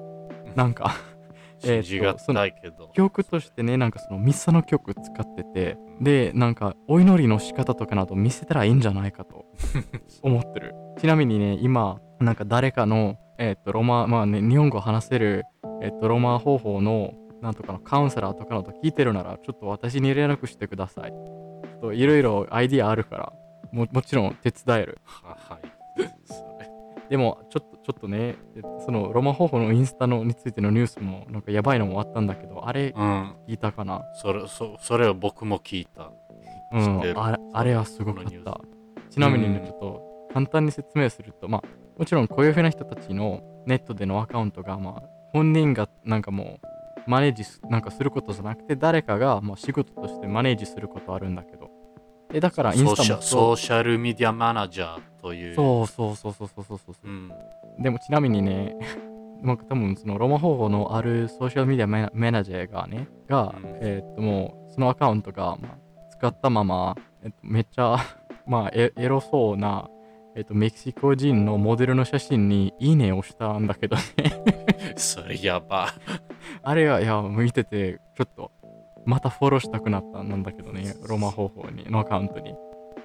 [SPEAKER 1] なんか えー
[SPEAKER 4] 信
[SPEAKER 1] と
[SPEAKER 4] じがたいけど。
[SPEAKER 1] 曲としてねなんかそのミッサの曲使っててでなんかお祈りの仕方とかなど見せたらいいんじゃないかと思ってるちなみにね今なんか誰かのえっ、とロマまあね日本語を話せるえっ、とロマ方法のなんとかのカウンセラーとかなど聞いてるならちょっと私に連絡してくださいちょっといろいろアイディアあるからももちろん手伝える
[SPEAKER 4] ははい。それ
[SPEAKER 1] でもちょっとちょっとねえっとそのロマ方法のインスタのについてのニュースもなんかやばいのもあったんだけどあれ
[SPEAKER 4] うん。
[SPEAKER 1] 聞いたかな
[SPEAKER 4] それ、そそれを僕も聞いた。
[SPEAKER 1] う
[SPEAKER 4] 知ってる
[SPEAKER 1] ん、あれあれはすごかっ
[SPEAKER 4] このニュ
[SPEAKER 1] た
[SPEAKER 4] ー。
[SPEAKER 1] ちなみにね、
[SPEAKER 4] うん
[SPEAKER 1] ちょっと簡単に説明すると、まあ、もちろんこういうふうな人たちのネットでのアカウントが、まあ、本人がなんかもうマネージすなんかすることじゃなくて、誰かがまあ仕事としてマネージすることあるんだけど。えだからイン
[SPEAKER 4] ソー
[SPEAKER 1] ス
[SPEAKER 4] シ
[SPEAKER 1] タ
[SPEAKER 4] ャ
[SPEAKER 1] も
[SPEAKER 4] ソ
[SPEAKER 1] そ。
[SPEAKER 4] ーシャルメディアマネージャーというう。
[SPEAKER 1] そうそうそうそうそうそうそう
[SPEAKER 4] う。ん。
[SPEAKER 1] でもちなみにね、なんか多分そのロマ方法のあるソーシャルメディアメメナジャーがね、が、
[SPEAKER 4] うん
[SPEAKER 1] えーっともうそのアカウントが、まあ、使ったまま、えっと、めっちゃ まあエエロそうな、えっと、メキシコ人のモデルの写真にいいねをしたんだけどね、
[SPEAKER 4] それやば。
[SPEAKER 1] あれがいや見ててちょっとまたフォローしたくなったんだけどね、ロマ方法にのアカウントに。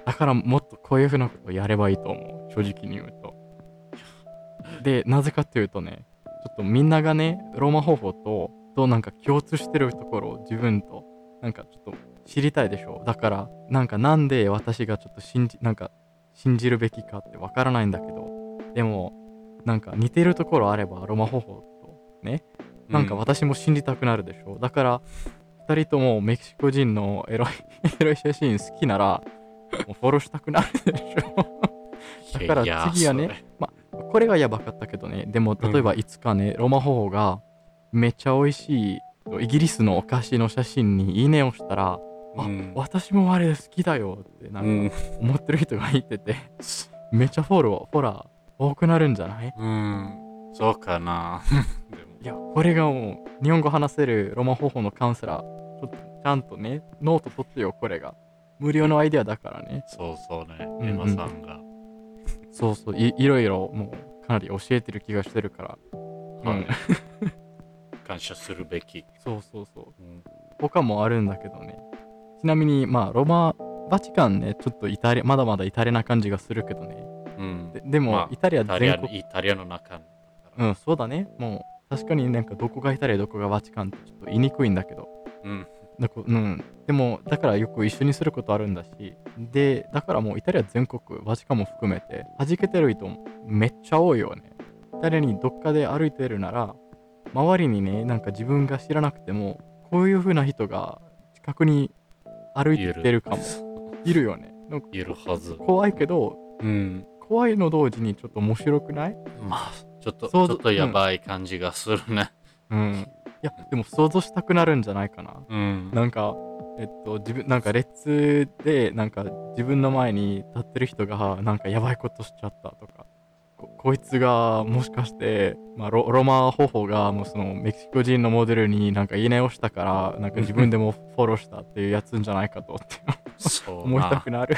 [SPEAKER 1] だからもっとこういうふうなことをやればいいと思う、正直に言うと。で、なぜかというとね、ちょっとみんながね、ロマ方法と、となんか共通してるところを自分と、なんかちょっと知りたいでしょ。だから、なんかなんで私がちょっと信じ、なんか信じるべきかってわからないんだけど、でも、なんか似てるところあればロマ方法とね、なんか
[SPEAKER 4] う
[SPEAKER 1] 私も信じたくなるでしょ。だから、2人ともメキシコ人のエロい エロい写真好きなら、もうフォローしたくなるでしょ。 だから
[SPEAKER 4] いや
[SPEAKER 1] 次はね。これがやばかったけどね。でも、例えばいつかね、ロマホ法がめっちゃ美味しいイギリスのお菓子の写真にいいねをしたら、
[SPEAKER 4] それうん
[SPEAKER 1] 私もあれ好きだよってな
[SPEAKER 4] うんん
[SPEAKER 1] か思ってる人がいてて、めっちゃフォロー、ほら、多くなるんじゃない
[SPEAKER 4] うん、そうかな。
[SPEAKER 1] い
[SPEAKER 4] でも
[SPEAKER 1] や、これがもう、日本語話せるロマ方法のカウンセラー、ちょっとちゃんとね、ノート取ってよ、これが。無料のアイデアだからね。
[SPEAKER 4] そうそうね、
[SPEAKER 1] ん
[SPEAKER 4] エマさんが。
[SPEAKER 1] そうそう、いいろいろ、もう、かなり教えてる気がしてるから。
[SPEAKER 4] は
[SPEAKER 1] うん
[SPEAKER 4] い感謝するべき。
[SPEAKER 1] そうそうそう。
[SPEAKER 4] うん
[SPEAKER 1] 他もあるんだけどね。ちなみに、まあ、ロマ、バチカンね、ちょっとイタリア、まだまだイタリアな感じがするけどね。
[SPEAKER 4] うん
[SPEAKER 1] ででも、
[SPEAKER 4] まあ
[SPEAKER 1] イタリア
[SPEAKER 4] イタリア
[SPEAKER 1] 全
[SPEAKER 4] の
[SPEAKER 1] 国、
[SPEAKER 4] イタリアの中に。
[SPEAKER 1] うん、そうだね。もう、確かになんか、どこがイタリア、どこがバチカンって、ちょっと言いにくいんだけど。
[SPEAKER 4] うん。
[SPEAKER 1] なんかうん、でもだからよく一緒にすることあるんだしでだからもうイタリア全国バチカンも含めて弾けてる人めっちゃ多いよねイタリアにどっかで歩いてるなら周りにねなんか自分が知らなくてもこういう風な人が近くに歩いてるかもいるよねなんか
[SPEAKER 4] いるはず。
[SPEAKER 1] 怖いけど
[SPEAKER 4] うん。
[SPEAKER 1] 怖いの同時にちょっと面白くない
[SPEAKER 4] まあ、ちょっと、ち
[SPEAKER 1] そ
[SPEAKER 4] ょ
[SPEAKER 1] う
[SPEAKER 4] っとやばい感じがするね。
[SPEAKER 1] うんいやでも想像したくなるんじゃないかな
[SPEAKER 4] うん。
[SPEAKER 1] なんか、えっと、自分、なんか列で、なんか自分の前に立ってる人が、なんかやばいことしちゃったとか、ここいつがもしかして、まあ、ロロマホホがもうそのメキシコ人のモデルになんかいいねをしたからなんか自分でもフォローしたっていうやつんじゃないかとって
[SPEAKER 4] そう
[SPEAKER 1] 思いた
[SPEAKER 4] な
[SPEAKER 1] く。なる。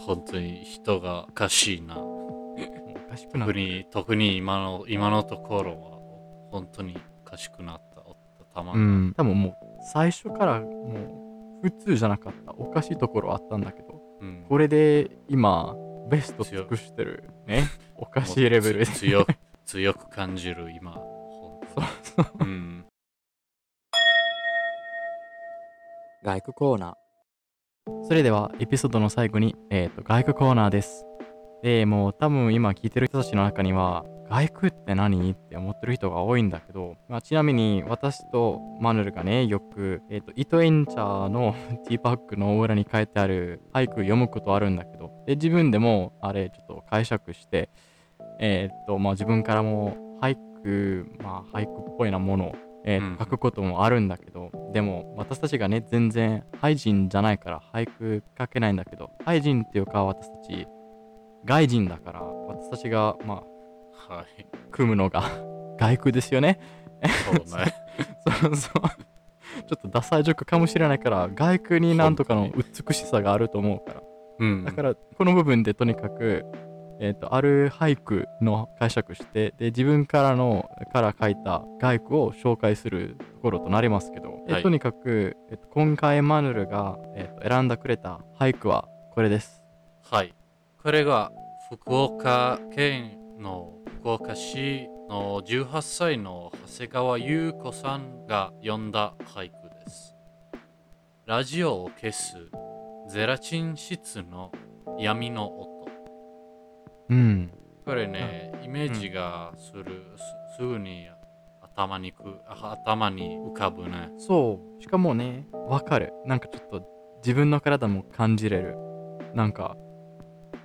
[SPEAKER 4] 本当に人がおかしいな。
[SPEAKER 1] もうおかしくな
[SPEAKER 4] 特
[SPEAKER 1] る。
[SPEAKER 4] に、特に今の、今のところは、本当におかしくなった。おったたま
[SPEAKER 1] う
[SPEAKER 4] に
[SPEAKER 1] ん、多分もう最初からもう普通じゃなかったおかしいところあったんだけど
[SPEAKER 4] うん
[SPEAKER 1] これで今ベスト尽くしてる ねおかしいレベルで
[SPEAKER 4] つ強く、強く感じる今。本当にうん。
[SPEAKER 1] 外国コーナーそれではエピソードの最後に、えー、と外国コーナーですでもう多分今聞いてる人たちの中には外国って何って思ってる人が多いんだけど、まあ、ちなみに私とマヌルがねよく、えー、とイトエンチャーのティーパックの裏に書いてある俳句読むことあるんだけどで自分でもあれちょっと解釈してえっ、とまあ自分からも俳句まあ俳句っぽいなものをえー
[SPEAKER 4] うん
[SPEAKER 1] 書くこともあるんだけど、でも私たちがね全然ハイ人じゃないから俳句書けないんだけどハイ人っていうか私たち外人だから私たちがま
[SPEAKER 4] はい。
[SPEAKER 1] あ組むのが 外句ですよね
[SPEAKER 4] そうね。
[SPEAKER 1] そうそう ちょっとダサい塾かもしれないから外句になんとかの
[SPEAKER 4] 本
[SPEAKER 1] 美しさがあると思うから
[SPEAKER 4] うん。
[SPEAKER 1] だからこの部分でとにかく、えー、とある俳句の解釈してで自分からのから書いた俳句を紹介するところとなりますけど、で
[SPEAKER 4] はい
[SPEAKER 1] とにかく、えーと今回マヌルが、えーと選んだくれた俳句はこれです。
[SPEAKER 4] はい。これが福岡県の福岡市の18歳の長谷川優子さんが読んだ俳句です。ラジオを消すゼラチン質の闇の音。
[SPEAKER 1] うん、
[SPEAKER 4] これね、イメージがする、すすぐに頭にくあ頭に浮かぶね。
[SPEAKER 1] そうしかもねわかるなんかちょっと自分の体も感じれるなんか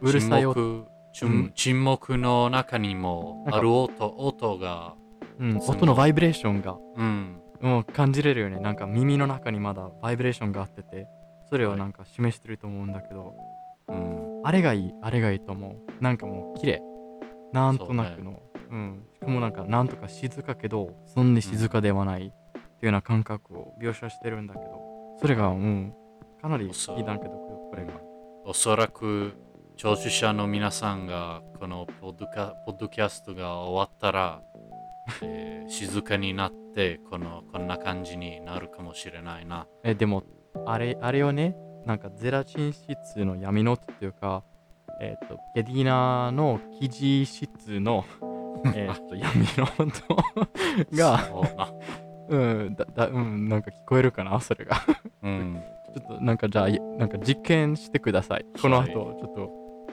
[SPEAKER 1] うるさい音、
[SPEAKER 4] 沈黙沈
[SPEAKER 1] うん
[SPEAKER 4] 沈黙の中にもある音音が、
[SPEAKER 1] うん、音のバイブレーションが
[SPEAKER 4] うん、
[SPEAKER 1] もう感じれるよねなんか耳の中にまだバイブレーションがあっててそれをなんか示してると思うんだけど、
[SPEAKER 4] うん、
[SPEAKER 1] あれがいいあれがいいと思うなんかもう綺麗なんとなくのう、ん、しかもなんかなんとか静かけどそんなに静かではないっていうような感覚を描写してるんだけどそれがうんかなりいい
[SPEAKER 4] そう
[SPEAKER 1] なんだけどこれが
[SPEAKER 4] おそらく聴取者の皆さんがこのポッドカポッドキャストが終わったら、えー静かになってこのこんな感じになるかもしれないな。
[SPEAKER 1] えでもあれあれをねなんかゼラチン質の闇の音っていうかえっ、とゲディーナの生地質 のえっと闇の音 が、
[SPEAKER 4] そうな
[SPEAKER 1] うんだだうん、なんか聞こえるかなそれが
[SPEAKER 4] うん、
[SPEAKER 1] ちょっとなんかじゃあいなんか実験してください。この後
[SPEAKER 4] はい
[SPEAKER 1] ちょっと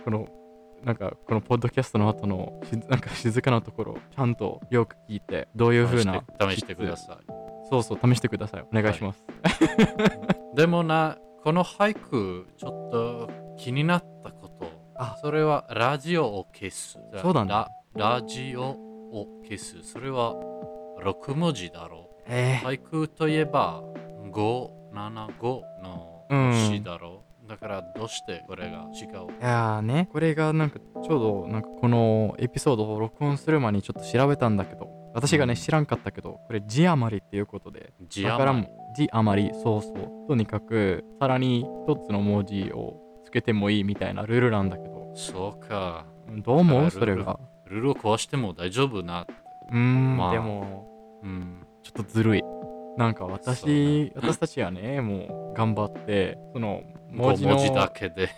[SPEAKER 1] このなんかこのポッドキャストの後のしなんか静かなところちゃんとよく聞いてどういう風な
[SPEAKER 4] 試して試してくだ
[SPEAKER 1] い。
[SPEAKER 4] さ
[SPEAKER 1] そうそう試してください。お願いします。
[SPEAKER 4] い。でもな、この俳句、ちょっと気になったこと。
[SPEAKER 1] あ
[SPEAKER 4] それはラジオを消す。
[SPEAKER 1] そうだね
[SPEAKER 4] ララジオを消す。それは6文字だろう。
[SPEAKER 1] え
[SPEAKER 4] 俳句といえば575の
[SPEAKER 1] うん
[SPEAKER 4] 詩だろう、だからどうしてこれが違う
[SPEAKER 1] いやーねこれがなんかちょうどなんかこのエピソードを録音する前にちょっと調べたんだけど私がね知らんかったけどこれ字余りっていうことで
[SPEAKER 4] 字
[SPEAKER 1] だから
[SPEAKER 4] 余り
[SPEAKER 1] も字余りそうそうとにかくさらに一つの文字をつけてもいいみたいなルールなんだけど
[SPEAKER 4] そうか
[SPEAKER 1] どう思う
[SPEAKER 4] だ
[SPEAKER 1] そ
[SPEAKER 4] からル
[SPEAKER 1] れ
[SPEAKER 4] ール
[SPEAKER 1] が
[SPEAKER 4] ルールを壊しても大丈夫な
[SPEAKER 1] うーん、
[SPEAKER 4] まあ
[SPEAKER 1] でも
[SPEAKER 4] うん
[SPEAKER 1] ちょっとずるいなんか
[SPEAKER 4] そうね
[SPEAKER 1] 私、私たちはねもう頑張ってその文
[SPEAKER 4] 文
[SPEAKER 1] 字
[SPEAKER 4] 字
[SPEAKER 1] の
[SPEAKER 4] 文字だけで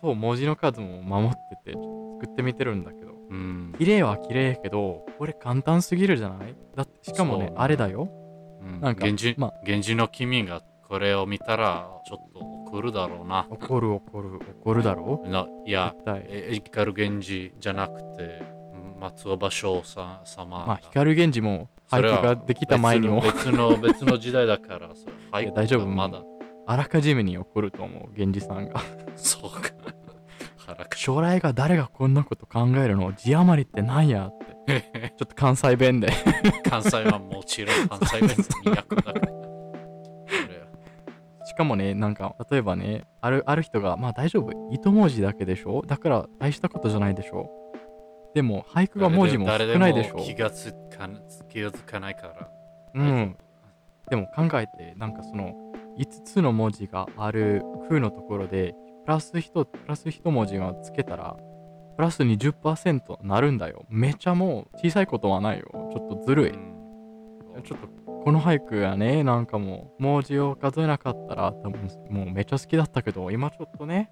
[SPEAKER 1] そう文字の数も守っててちょっと作ってみてるんだけど
[SPEAKER 4] うん、
[SPEAKER 1] 綺麗は綺麗やけどこれ簡単すぎるじゃないだってしかも
[SPEAKER 4] そう
[SPEAKER 1] ね
[SPEAKER 4] ね
[SPEAKER 1] あれだよ
[SPEAKER 4] うん、
[SPEAKER 1] なんか
[SPEAKER 4] 源氏、
[SPEAKER 1] まあ
[SPEAKER 4] 源氏の君がこれを見たらちょっと怒るだろうな
[SPEAKER 1] 怒る怒る怒るだろ
[SPEAKER 4] ないや
[SPEAKER 1] 絶対
[SPEAKER 4] え光源氏じゃなくてうん松尾芭蕉さん様が
[SPEAKER 1] まあ光源氏も
[SPEAKER 4] そ
[SPEAKER 1] 俳
[SPEAKER 4] れは
[SPEAKER 1] 句ができた前にも
[SPEAKER 4] 別の別の別の時代だからそれ俳
[SPEAKER 1] い
[SPEAKER 4] 句
[SPEAKER 1] や大丈夫
[SPEAKER 4] がまだ
[SPEAKER 1] あらかじめに怒ると思う源氏さんが
[SPEAKER 4] そうか。腹くし
[SPEAKER 1] 将来が誰がこんなこと考えるの字余りってなんやって ちょっと関西弁で
[SPEAKER 4] 関西はもちろん関西弁の役だから。それは
[SPEAKER 1] しかもねなんか例えばね あるある人がまあ大丈夫一文字だけでしょだから大したことじゃないでしょでも俳句が文字も
[SPEAKER 4] 誰
[SPEAKER 1] 少ないでし
[SPEAKER 4] 誰
[SPEAKER 1] ょ
[SPEAKER 4] も気がつかな気がつかないから。
[SPEAKER 1] うん。でも考えて、なんかその5つの文字がある空のところで、プラス1、プラス1文字をつけたら、プラス20%なるんだよ。めちゃもう小さいことはないよ。ちょっとずるい。
[SPEAKER 4] うん
[SPEAKER 1] ちょっとこの俳句がね、なんかもう文字を数えなかったら、多分もうめちゃ好きだったけど、今ちょっとね、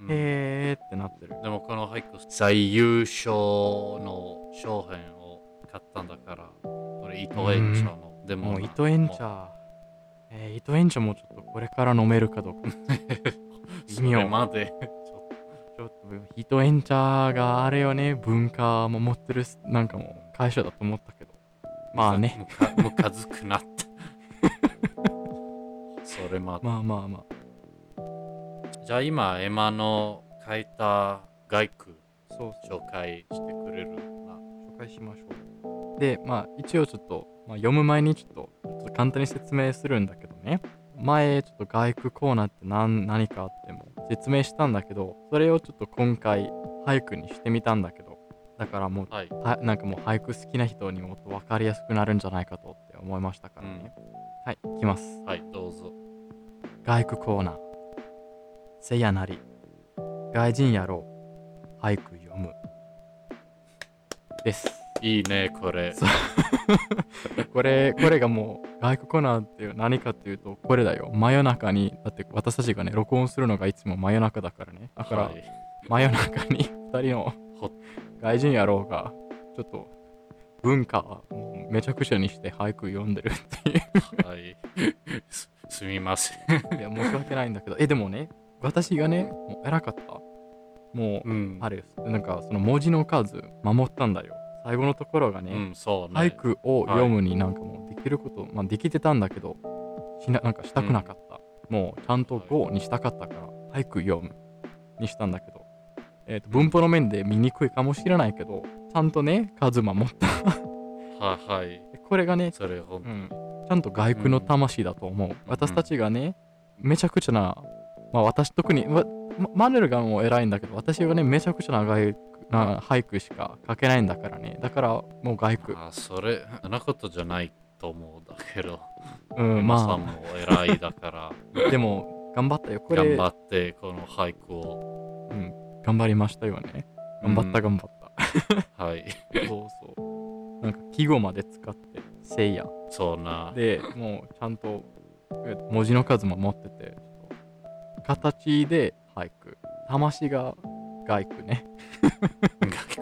[SPEAKER 4] うん
[SPEAKER 1] へーってなってる。
[SPEAKER 4] でもこの俳句最優勝の商品を買ったんだから、これ伊藤園長の。でも
[SPEAKER 1] もう糸園
[SPEAKER 4] も
[SPEAKER 1] 茶、えー、糸園茶もちょっとこれから飲めるかどうか。
[SPEAKER 4] うそれまで。
[SPEAKER 1] ちょっとヒトエンチャーがあれよね文化も持ってるすなんかもう会社だと思ったけどまあ ね。
[SPEAKER 4] もうかずくな った。それまで。
[SPEAKER 1] まあまあまあ
[SPEAKER 4] じゃあ今、エマの書いた外句
[SPEAKER 1] そう
[SPEAKER 4] 紹介してくれるな。
[SPEAKER 1] 紹介しましょうでまあ一応ちょっと、まあ、読む前にちょっとちょっと簡単に説明するんだけどね前ちょっと外句コーナーって何何かあっても説明したんだけどそれをちょっと今回俳句にしてみたんだけどだからもう
[SPEAKER 4] はい。
[SPEAKER 1] はなんかもう俳句好きな人にもっと分かりやすくなるんじゃないかとって思いましたからね、はいいきます
[SPEAKER 4] はい、どうぞ。
[SPEAKER 1] 外句コーナーせやなり外人やろう俳句読むです
[SPEAKER 4] いいね、これ。
[SPEAKER 1] これこれがもう外句コーナーっていう何かっていうとこれだよ真夜中にだって私たちがね録音するのがいつも真夜中だからねだから
[SPEAKER 4] はい
[SPEAKER 1] 真夜中に2人の
[SPEAKER 4] ほっ
[SPEAKER 1] 外人やろうがちょっと文化をめちゃくちゃにして俳句読んでるっていう
[SPEAKER 4] はい。す すみません。
[SPEAKER 1] いや申し訳ないんだけどえでもね私がねもう偉かったもう
[SPEAKER 4] うん
[SPEAKER 1] あれですなんかその文字の数守ったんだよ最後のところが
[SPEAKER 4] う
[SPEAKER 1] ね、
[SPEAKER 4] ん、そうね。
[SPEAKER 1] 俳句を読むになんかもうできること、まあできてたんだけどしななんかしたくなかった、もうちゃんと
[SPEAKER 4] はい
[SPEAKER 1] 5にしたかったから、俳句読むにしたんだけど、えーと文法の面で見にくいかもしれないけどちゃんとね数守った
[SPEAKER 4] はいはい。
[SPEAKER 1] これがね
[SPEAKER 4] それほん、
[SPEAKER 1] うんちゃんと外句の魂だと思う、私たちがねめちゃくちゃなまあ私特にわまマネルがもう偉いんだけど私はねめちゃくちゃな外句な俳句しか書けないんだからねだからもう外句
[SPEAKER 4] あ、それ、そんなことじゃないと思うだけど、
[SPEAKER 1] うん
[SPEAKER 4] まさん
[SPEAKER 1] ま
[SPEAKER 4] も偉いだから、
[SPEAKER 1] あでも頑張ったよ これ
[SPEAKER 4] 頑張って、この俳句を。
[SPEAKER 1] うん、頑張りましたよね頑張った頑張った、
[SPEAKER 4] はい。
[SPEAKER 1] そうそうなんか季語まで使って「せいや
[SPEAKER 4] そうな。
[SPEAKER 1] でもうちゃんとえ文字の数も持ってて形で俳句魂が外句ね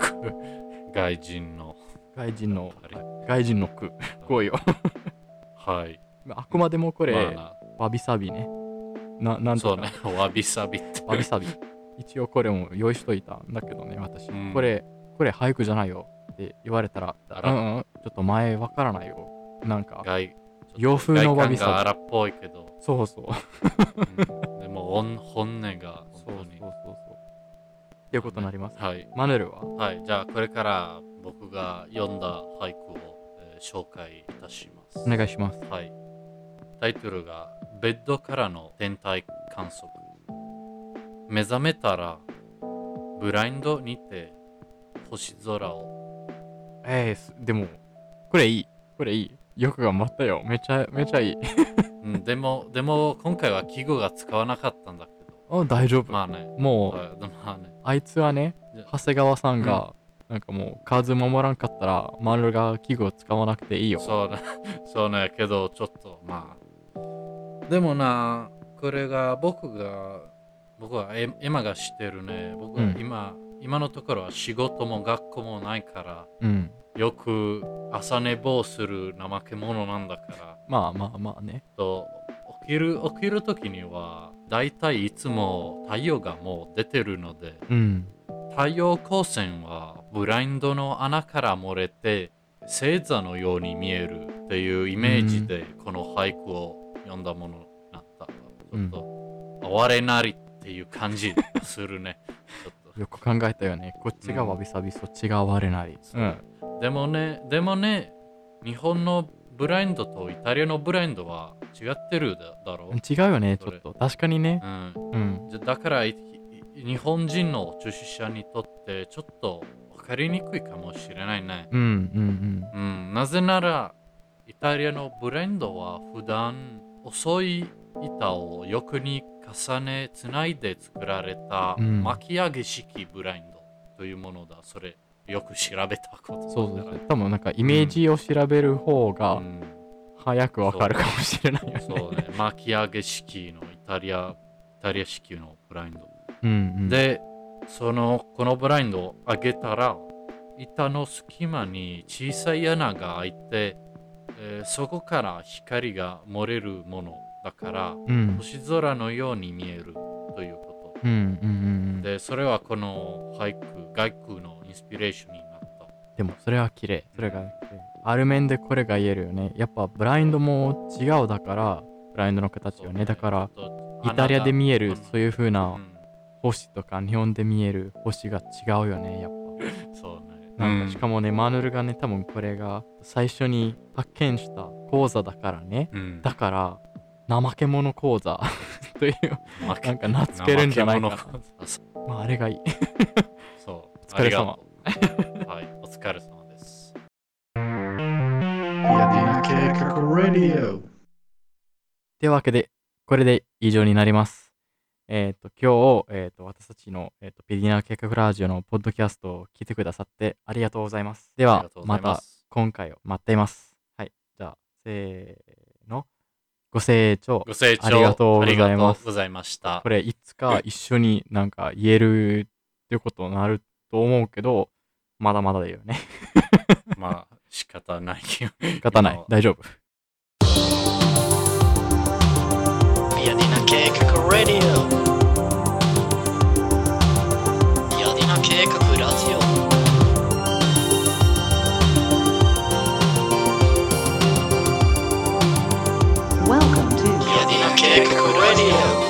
[SPEAKER 4] 外国外人の。
[SPEAKER 1] 外人の
[SPEAKER 4] あれ
[SPEAKER 1] 外人の句こうよ
[SPEAKER 4] はい。
[SPEAKER 1] あくまでもこれ、
[SPEAKER 4] ま
[SPEAKER 1] わびさびねなな
[SPEAKER 4] あ
[SPEAKER 1] ん
[SPEAKER 4] な、
[SPEAKER 1] と
[SPEAKER 4] そう
[SPEAKER 1] か、
[SPEAKER 4] ね。 わびさびって。
[SPEAKER 1] わびさび一応これも用意しといたんだけどね私、
[SPEAKER 4] うん
[SPEAKER 1] これこれ俳句じゃないよって言われたら
[SPEAKER 4] あ
[SPEAKER 1] う
[SPEAKER 4] ら
[SPEAKER 1] んうんちょっと前わからないよなんか
[SPEAKER 4] 外
[SPEAKER 1] 洋風のわびさび
[SPEAKER 4] 外観が荒っぽいけど、
[SPEAKER 1] そうそう
[SPEAKER 4] うんでもおん本音が
[SPEAKER 1] そうそう
[SPEAKER 4] 本当
[SPEAKER 1] そう
[SPEAKER 4] に。
[SPEAKER 1] そうっていうことになります
[SPEAKER 4] はい。
[SPEAKER 1] マネルは
[SPEAKER 4] はい、じゃあこれから僕が読んだ俳句を、えー紹介いたします。
[SPEAKER 1] お願いします
[SPEAKER 4] はい。タイトルが「ベッドからの天体観測」。目覚めたらブラインドにて星空を。
[SPEAKER 1] えーす、でも、これいい。これいい。よく頑張ったよ。めちゃ、めちゃいい。
[SPEAKER 4] うん、でも、でも今回は季語が使わなかったんだけど。
[SPEAKER 1] あ大丈夫。
[SPEAKER 4] まあね。
[SPEAKER 1] もう、
[SPEAKER 4] はいでもまあね。
[SPEAKER 1] あいつはね
[SPEAKER 4] じゃ、
[SPEAKER 1] 長谷川さんが、なんかもう、数守らんかったら、丸が器具を使わなくていいよ。
[SPEAKER 4] そうね、 そうね、けどちょっとまあ。でもな、これが僕が、僕はエエマがしてるね。僕は
[SPEAKER 1] うん
[SPEAKER 4] 今、今のところは仕事も学校もないから、
[SPEAKER 1] うん。
[SPEAKER 4] よく朝寝坊する怠け者なんだから。
[SPEAKER 1] まあまあまあね。
[SPEAKER 4] と起きる起きる時には大体いつも太陽がもう出てるので
[SPEAKER 1] うん。
[SPEAKER 4] 太陽光線はブラインドの穴から漏れて星座のように見えるっていうイメージでこの俳句を読んだものになった。ちょっと哀れなりっていう感じするね。ちょっと
[SPEAKER 1] よく考えたよね。こっちがわびさび、そっちがわれなり。
[SPEAKER 4] そう。でもね、でもね、日本のブラインドとイタリアのブラインドは違ってるだだろう。
[SPEAKER 1] 違うよね、ち
[SPEAKER 4] そ
[SPEAKER 1] ょ
[SPEAKER 4] れ
[SPEAKER 1] っと。確かにね。
[SPEAKER 4] うん、
[SPEAKER 1] うん。
[SPEAKER 4] じゃだからいい日本人の中止者にとってちょっとおかかりにくいかもしれないね。
[SPEAKER 1] うんうん
[SPEAKER 4] うん、なぜなら、イタリアのブレンドは普段細い板を横に重ね、つないで作られた
[SPEAKER 1] うん
[SPEAKER 4] 巻き上げ式ブレンドというものだ。それ、よく調べたこ
[SPEAKER 1] うん。
[SPEAKER 4] と
[SPEAKER 1] そうそ
[SPEAKER 4] だ
[SPEAKER 1] う
[SPEAKER 4] か
[SPEAKER 1] そ
[SPEAKER 4] ら
[SPEAKER 1] う。多分なんかイメージを調べる方
[SPEAKER 4] う
[SPEAKER 1] が
[SPEAKER 4] ん
[SPEAKER 1] 早くわかるかもしれないよね。
[SPEAKER 4] そうね、 巻き上げ式のイタリア、イタリア式のブラインド。
[SPEAKER 1] うんうん。
[SPEAKER 4] で、その、このブラインドを上げたら、板の隙間に小さい穴が開いて、えーそこから光が漏れるものだから、
[SPEAKER 1] うん
[SPEAKER 4] 星空のように見えるというこ
[SPEAKER 1] うんうんうんうん。
[SPEAKER 4] と。
[SPEAKER 1] で
[SPEAKER 4] で、それはこの俳句、外句のインスピレーションになった。
[SPEAKER 1] もそれは綺麗。それが綺麗ある面でこれが言えるよね。やっぱブラインドも違うだから、ブラインドの形よね。だから、、イタリアで見えるそう
[SPEAKER 4] いう
[SPEAKER 1] いう風
[SPEAKER 4] 穴が。
[SPEAKER 1] な
[SPEAKER 4] うん
[SPEAKER 1] 星とか日本で見える星が違うよねやっ
[SPEAKER 4] そうね。
[SPEAKER 1] ぱなんかしか
[SPEAKER 4] も、
[SPEAKER 1] もね、マヌルがね多分これが最初に発見した講座だからね
[SPEAKER 4] うん
[SPEAKER 1] だから怠け者講座 という
[SPEAKER 4] なん
[SPEAKER 1] なんか名付けるんじゃないかな
[SPEAKER 4] そ
[SPEAKER 1] まああれがいい
[SPEAKER 4] そう。
[SPEAKER 1] お疲れ様
[SPEAKER 4] ありがとう。はい、お疲れ様です。
[SPEAKER 2] Yadinakekak Radio.
[SPEAKER 1] というわけでこれで以上になりますえっ、と今日、えー、と私たちの、えー、とペディナー計画ラジオのポッドキャストを聞いてくださってありがとうございますで
[SPEAKER 4] で
[SPEAKER 1] はまた。今回を待っていますはいじゃあせーのご清聴
[SPEAKER 4] ご清聴
[SPEAKER 1] ありがとうございます
[SPEAKER 4] ありがとうございました
[SPEAKER 1] こ。れいつか一緒になんか言えるってことになると思うけど、まだまだだよ ね。
[SPEAKER 4] まあ、仕方ないよ。
[SPEAKER 1] 仕方ない
[SPEAKER 4] 今。
[SPEAKER 1] 大丈夫。
[SPEAKER 5] Yadinakekak Radio Yadinakekak Radio
[SPEAKER 2] Welcome to
[SPEAKER 5] Yadinakekak Radio